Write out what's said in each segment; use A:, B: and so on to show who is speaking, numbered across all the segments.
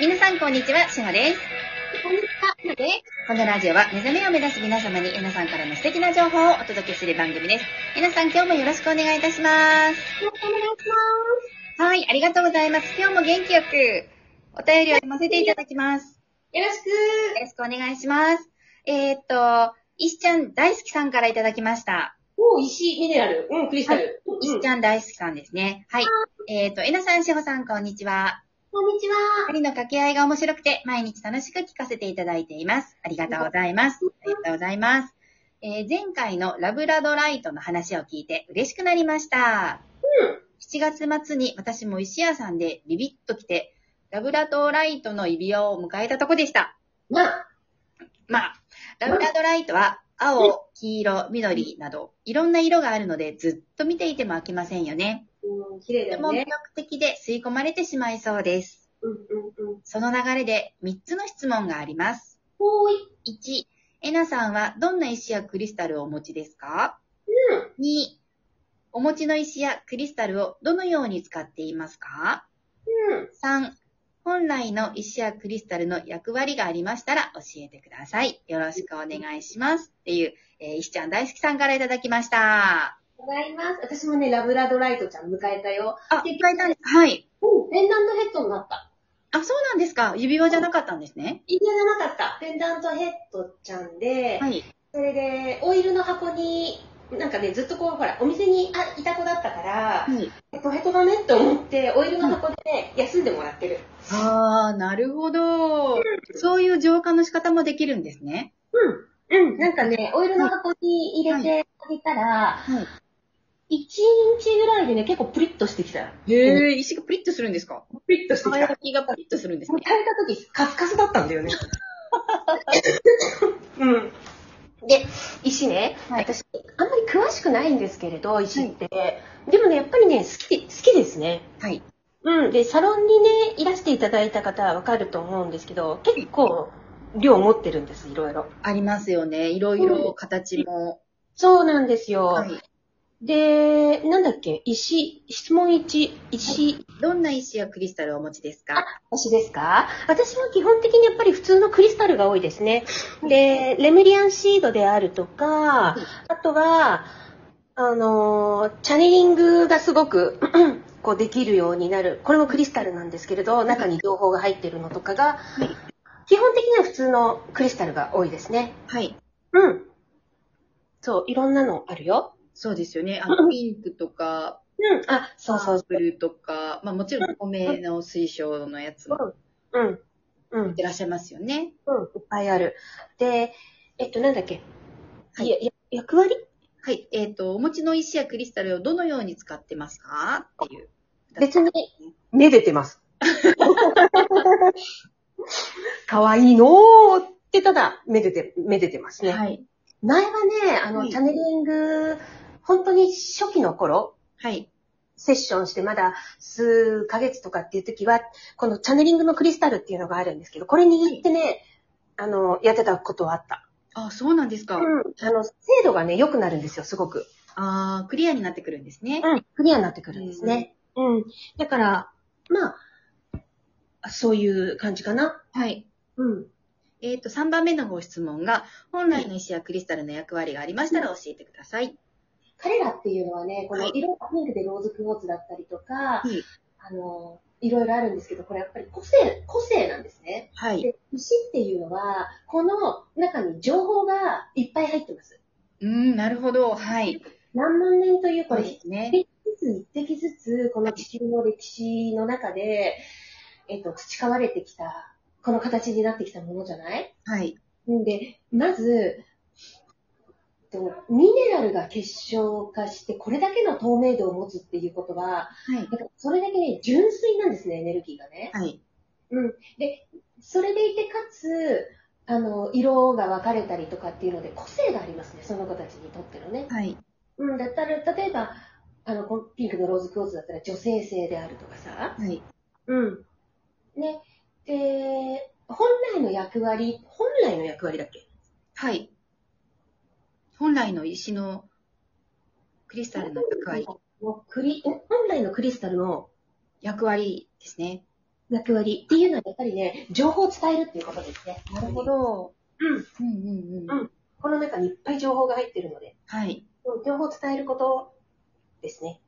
A: 皆さんこんにちは、しほです。
B: こんにちは、なで
A: このラジオは目覚めを目指す皆様に皆さんからの素敵な情報をお届けする番組です。皆さん今日もよろしくお願いいたします。
B: よろしくお願いします。
A: はい、ありがとうございます。今日も元気よくお便りを読ませていただきます。
B: よろしく
A: よろしくお願いします。えー、っと、石ちゃん大好きさんからいただきました。
B: おー、石、ミネラル。うん、クリスタル。うん
A: 石ちゃん大好きさんですね。はい。えー、っと、えなさん、しほさん、こんにちは。
B: こんにちは。
A: 二人の掛け合いが面白くて、毎日楽しく聞かせていただいています。ありがとうございます。ありがとうございます。えー前回のラブラドライトの話を聞いて嬉しくなりました。7月末に私も石屋さんでビビッと来て、ラブラドライトの指輪を迎えたとこでした。
B: まあ、
A: まあ、ラブラドライトは青、黄色、緑など、いろんな色があるので、ずっと見ていても飽きませんよね。
B: うん、綺麗
A: と
B: だ
A: て
B: よ
A: も魅
B: ね。
A: 力的で吸い込まれてしまいそうです。
B: うん、うん、うん。
A: その流れで3つの質問があります。
B: ほーい。
A: 1、えなさんはどんな石やクリスタルをお持ちですか
B: うん。
A: ?2、お持ちの石やクリスタルをどのように使っていますか
B: うん。
A: ?3、本来の石やクリスタルの役割がありましたら教えてください。よろしくお願いします。っていう、えー石ちゃん大好きさんからいただきました。
B: ございます。私もね、ラブラドライトちゃん迎えたよ。
A: あ、いっぱいいたんです。はい。
B: うん、ペンダントヘッドになった。
A: あ、そうなんですか。指輪じゃなかったんですね。
B: いやじゃなかった。ペンダントヘッドちゃんで、
A: はい。
B: それで、オイルの箱に、なんかね、ずっとこう、ほら、お店にあいた子だったか
A: は
B: ら、
A: い。
B: ヘトヘトだねって思って、オイルの箱でね、休んでもらってる。
A: ああ、なるほど。そういう浄化の仕方もできるんですね。
B: うん。うん。なんかね、オイルの箱に入れてあげたら、
A: は
B: 1日ぐらいでね、結構プリッとしてきた。
A: い。へえ、石がプリッとするんですか
B: プリッとしてき
A: 輝
B: た。
A: きがプリッとするんです
B: 食べ
A: ね。
B: た時、カスカスだったんだよ ね。うん。で、石ね、
A: はい
B: 私、あんまり詳しくないんですけれど、石って。でもね、やっぱりね、好き、好きですね。
A: はい。
B: うん。で、サロンにね、いらしていただいた方はわかると思うんですけど、結構、量持ってるんです、いろいろ。
A: ありますよね。いろいろ形も。
B: そうなんですよ。
A: はい。
B: で、なんだっけ、石、質問1、石、
A: どんな石やクリスタルをお持ちですか
B: 私ですか私は基本的にやっぱり普通のクリスタルが多いですね。で、レムリアンシードであるとか、あとは、あのー、チャネリングがすごく、 こうできるようになる。これもクリスタルなんですけれど、中に情報が入ってるのとかが
A: い、
B: 基本的には普通のクリスタルが多いですね。
A: はい。
B: うん。そう、いろんなのあるよ。
A: そうですよね。あの、ピンクとか、
B: うん。あ、そう
A: パ
B: そう
A: ープルとか、まあもちろん米の水晶のやつも
B: うん。うん
A: 売っ。てらっしゃいますよね。
B: うん、いっぱいある。で、えっと、なんだっけ、
A: はい
B: やや役割
A: はい。えっと、お持ちの石やクリスタルをどのように使ってますかっていう。
B: 別に、めで てます。かわいいのーって、ただ、めでて、めでてますね。
A: はい。
B: 前はね、あの、
A: はい
B: チャネリング、本当に初期の頃、
A: はい。
B: セッションしてまだ数ヶ月とかっていう時は、このチャネリングのクリスタルっていうのがあるんですけど、これ握ってね、あの、やってたことはあった。
A: あ、そうなんですか。
B: うん。あの、精度がね、良くなるんですよ、すごく。
A: ああ、クリアになってくるんですね。
B: うん、クリアになってくるんですね。うん。だから、まあ、そういう感じかな。
A: はい。
B: うん。
A: えっ、と、3番目のご質問が、本来の石やクリスタルの役割がありましたら教えてください。
B: 彼らっていうのはね、こ
A: は
B: の
A: い
B: 色がピンクでローズクォーツだったりとか、
A: い
B: あの、いろいろあるんですけど、これやっぱり個性、個性なんですね。
A: はい。
B: で、石っていうのは、この中に情報がいっぱい入ってます。
A: うーん、なるほど。はい。
B: 何万年という、こ
A: そう
B: れ、
A: で
B: 一
A: すね。
B: 滴ずつ一滴ずつ、この地球の歴史の中で、えっと、培われてきた、この形になってきたものじゃない
A: はい。
B: で、まず、とミネラルが結晶化して、これだけの透明度を持つっていうことは、
A: はい。
B: だからそれだけね、純粋なんですね、エネルギーがね。
A: はい。
B: それでいて、かつ、あの、色が分かれたりとかっていうので、個性がありますね、その子たちにとってのね。
A: はい。
B: うん、だったら、例えば、あの、こピンクのローズクローズだったら女性性であるとかさ。
A: はい。
B: うん。ね。で、本来の役割、本来の役割だっけ
A: はい。本来の石のクリスタルの役割、
B: もうクリ本来のクリスタルの
A: 役割ですね。
B: 役割っていうのはやっぱりね、情報を伝えるっていうことですね。
A: なるほ。ど。
B: うん。
A: うんうんうん。
B: うんこの中にいっぱい情報が入ってるので、
A: はい。
B: うん情報を伝えることですね。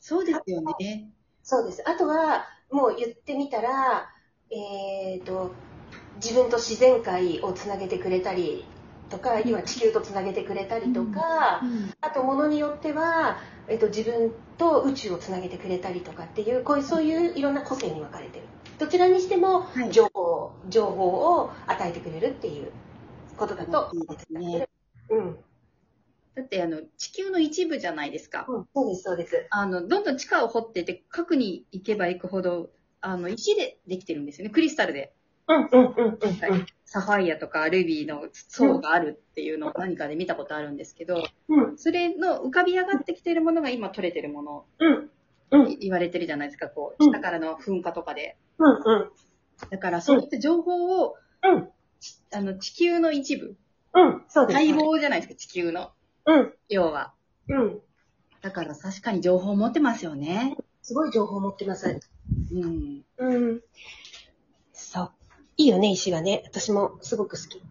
A: そうですよね。
B: そうです。あとは、もう言ってみたら、えっ、と、自分と自然界をつなげてくれたりとか、今地球とつなげてくれたりとか、あと物によっては、えっ、と、自分と宇宙をつなげてくれたりとかっていう、こういう、そういういろんな個性に分かれてる。どちらにしても、
A: はい
B: 情報、情報を与えてくれるっていうことだと、
A: いいですね。
B: うん。
A: だって、あの、地球の一部じゃないですか。
B: うん、そうです、そうです。
A: あの、どんどん地下を掘ってて、核に行けば行くほど、あの、石でできてるんですよね。クリスタルで。
B: うん、うん、うん、うん。
A: サファイアとかルビーの層があるっていうのを何かで見たことあるんですけど、
B: うん、
A: それの浮かび上がってきてるものが今取れてるもの、
B: うん、うん、うん、
A: 言われてるじゃないですか、こう、
B: うん
A: 下からの噴火とかで。
B: うん、
A: だから、そういった情報を、
B: うん、
A: あの、地球の一部、
B: うん、そうです。
A: 細胞じゃないですか、地球の。
B: うん、
A: 要は。
B: うん。
A: だから、確かに情報を持ってますよね。
B: すごい情報を持ってます。
A: うん。
B: うん。そう。いいよね、石はね。私もすごく好き。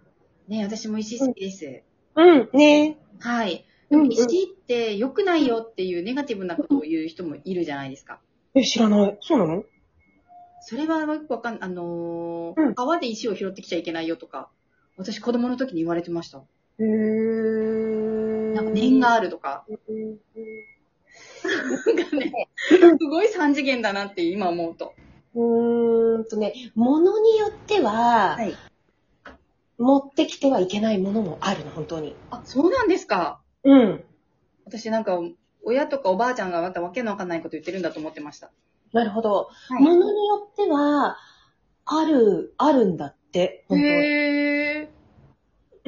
A: ね私も石好きです。
B: うん、ね
A: はい。でも
B: うんうん
A: 石って良くないよっていうネガティブなことを言う人もいるじゃないですか。
B: え、知らない。そうなの
A: それはよくわかんあのー
B: うん
A: 川で石を拾ってきちゃいけないよとか、私子供の時に言われてました。
B: へー。
A: なんか念があるとか、
B: うん。
A: なんかね、すごい三次元だなって今思うと。
B: うーんとね、ものによっては、
A: はい
B: 持ってきてはいけないものもあるの、本当に。
A: あ、そうなんですか。
B: うん。
A: 私なんか、親とかおばあちゃんがまたわけのわかんないこと言ってるんだと思ってました。
B: なるほど。
A: は
B: ものによっては、ある、あるんだって、本当
A: へー。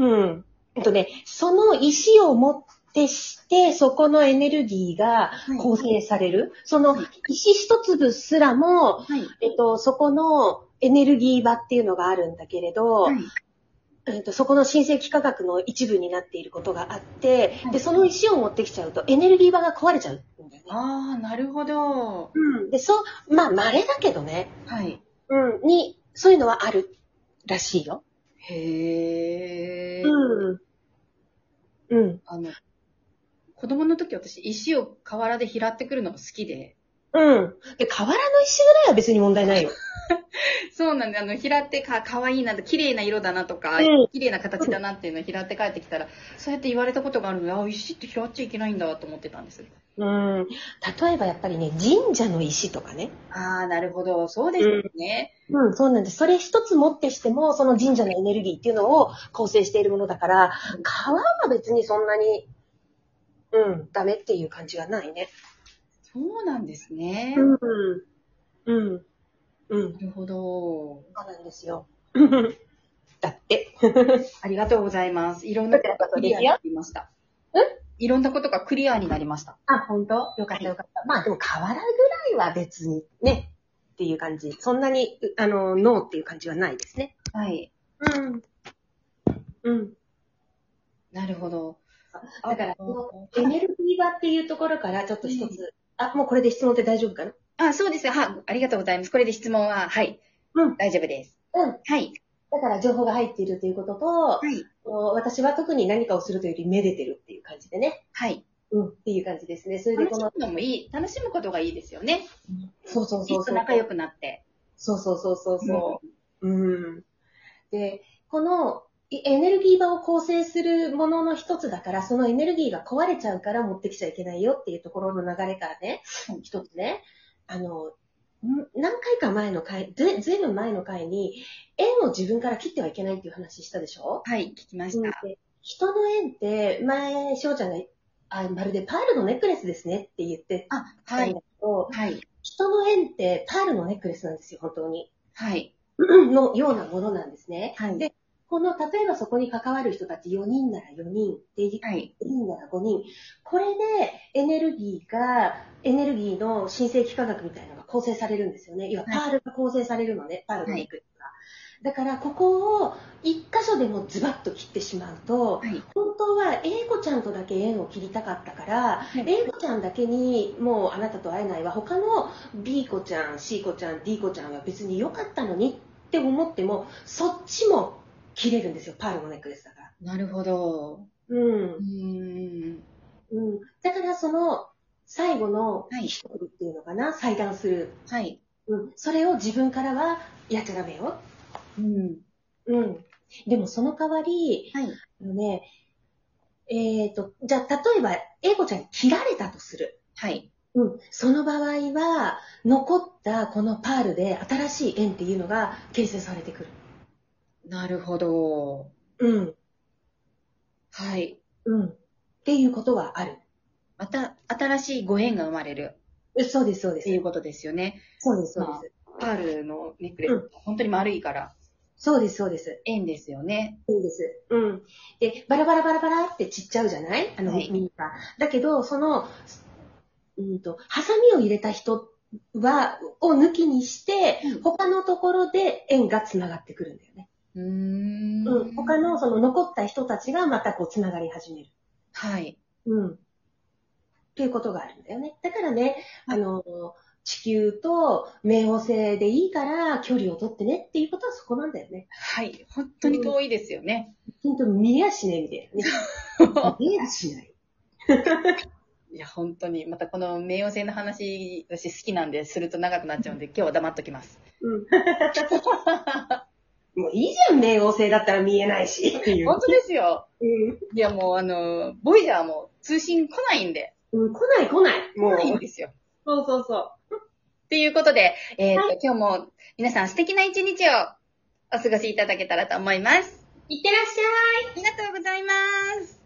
B: うん。えっとね、その石をもってして、そこのエネルギーが
A: はい
B: 構成される。その
A: はい
B: 石一粒すらも、
A: はい。
B: えっと、そこのエネルギー場っていうのがあるんだけれど、
A: はい。
B: えっと、そこの新世紀科学の一部になっていることがあって
A: は、い
B: で、その石を持ってきちゃうとエネルギー場が壊れちゃうんだよね。
A: あー、なるほど。
B: うん。で、そう、まあ、稀だけどね。
A: はい。
B: うん。に、そういうのはあるらしいよ。
A: へー。
B: うん。うん。
A: あの、子供の時私石を河原で拾ってくるのが好きで、
B: うん。で、河原の石ぐらいは別に問題ないよ。
A: そうなんで、あの、拾ってか、かわいいなと、綺麗な色だなとか、
B: うん
A: 綺麗な形だなっていうのを拾って帰ってきたら、そうやって言われたことがあるので、あ、石って拾っちゃいけないんだと思ってたんです。
B: うん。例えばやっぱりね、神社の石とかね。
A: ああ、なるほど。そうですよね。
B: うん、そうなんです。それ一つ持ってしても、その神社のエネルギーっていうのを構成しているものだから、川は別にそんなに、うん、ダメっていう感じがないね。
A: そうなんですね。
B: ん。うん。うん。
A: なるほど。
B: そうなんですよ。 だって。
A: ありがとうございます。いろんなことがクリアになりました。
B: え
A: いろんなことがクリアになりました。
B: あ、本当よかったよかった。まあでも変わらぐらいは別にね、っていう感じ。そんなに、うあの、ノーっていう感じはないですね。
A: はい。
B: うん。うん。
A: なるほど。
B: だから、
A: あ
B: このエネルギー場っていうところからちょっと一つ、
A: う
B: あ、もうこれで質問って大丈夫かな
A: あ、そうです。は、ありがとうございます。これで質問は、はい。
B: うん
A: 大丈夫です。
B: うん。
A: はい。
B: だから情報が入っているということと、
A: はい。
B: こう私は特に何かをするというよりめでてるっていう感じでね。
A: はい。
B: うん。っていう感じですね。それで
A: 楽
B: こ
A: し
B: の、
A: むのもいい。楽しむことがいいですよね。
B: そうそう
A: き
B: そ
A: っ
B: うそ
A: と
B: う。
A: 仲良くなって。
B: そうそうそうそうそう。うん。で、このいエネルギー場を構成するものの一つだから、そのエネルギーが壊れちゃうから持ってきちゃいけないよっていうところの流れからね
A: うん、
B: 一つね、あの、ん何回か前の回、ずずいぶん前の回に、縁を自分から切ってはいけないっていう話したでしょ
A: はい。聞きました。
B: で人の縁って、前、翔ちゃんが、あまるでパールのネックレスですねって言って
A: あ、
B: た
A: は
B: んだ
A: い
B: け。ど、
A: はい。
B: 人の縁ってパールのネックレスなんですよ、本当に。
A: はい。
B: のようなものなんですね。
A: はい
B: で、この、例えばそこに関わる人たち4人なら4人、で、5
A: はい。
B: 人なら5人。これでエネルギーが、エネルギーの新生幾何学みたいなのが構成されるんですよね。いわ
A: はい
B: パールが構成されるのね、パールの
A: はい
B: いくつか。だからここを一箇所でもズバッと切ってしまうと、
A: はい。
B: 本当は英子ちゃんとだけ縁を切りたかったから、
A: はい
B: 英子ちゃんだけにもうあなたと会えないわ、他の B 子ちゃん、C 子ちゃん、D 子ちゃんは別に良かったのにって思っても、そっちも切れるんですよ、パールのネックレスだから。
A: なるほど。
B: うん
A: う。ーん。
B: うん、だからその最後の
A: はい
B: 一人っていうのかな、裁断する、
A: はい。
B: うん、それを自分からはやっちゃダメよ、
A: うん。
B: うん、でもその代わり
A: はい。
B: あのねえっ、とじゃあ例えば英子ちゃんに切られたとする、
A: はい。
B: うん、その場合は残ったこのパールで新しい縁っていうのが形成されてくる、
A: なるほど。
B: うん
A: はい。
B: うん、っていうことはある
A: また、新しいご縁が生まれる
B: えそうですそうで
A: っ
B: す
A: ていうことですよね。
B: そうですそうです
A: パールのネックレス、
B: うん
A: 本当に丸いから、
B: そうですそうです
A: 縁ですよね。
B: いいです。うん。で、バラバラバラバラって散っちゃうじゃないあの、
A: はい
B: 耳が。だけど、その、うんと、ハサミを入れた人は、を抜きにして、
A: うん
B: 他のところで縁が繋がってくるんだよね。
A: うーん
B: うん。他の、その残った人たちがまたこう繋がり始める。
A: はい。
B: うん。っていうことがあるんだよね。だからね、あの、地球と冥王星でいいから距離を取ってねっていうことはそこなんだよね。
A: はい。本当に遠いですよね。
B: ほんと見やしねみたいなね。 見やしない。
A: いや、本当に。またこの冥王星の話、私好きなんですると長くなっちゃうんで、今日は黙っときます。
B: うん。もういいじゃん、冥王星だったら見えないし。っていう。
A: 本当ですよ。
B: うん
A: いや、もうあの、ボイジャーも通信来ないんで、
B: うん。来ない来ない。も
A: 来
B: う。
A: ないんですよ。
B: そうそうそう。
A: ということで、えーと
B: は
A: 今日も皆さん素敵な一日をお過ごしいただけたらと思います。
B: いってらっしゃい。
A: ありがとうございます。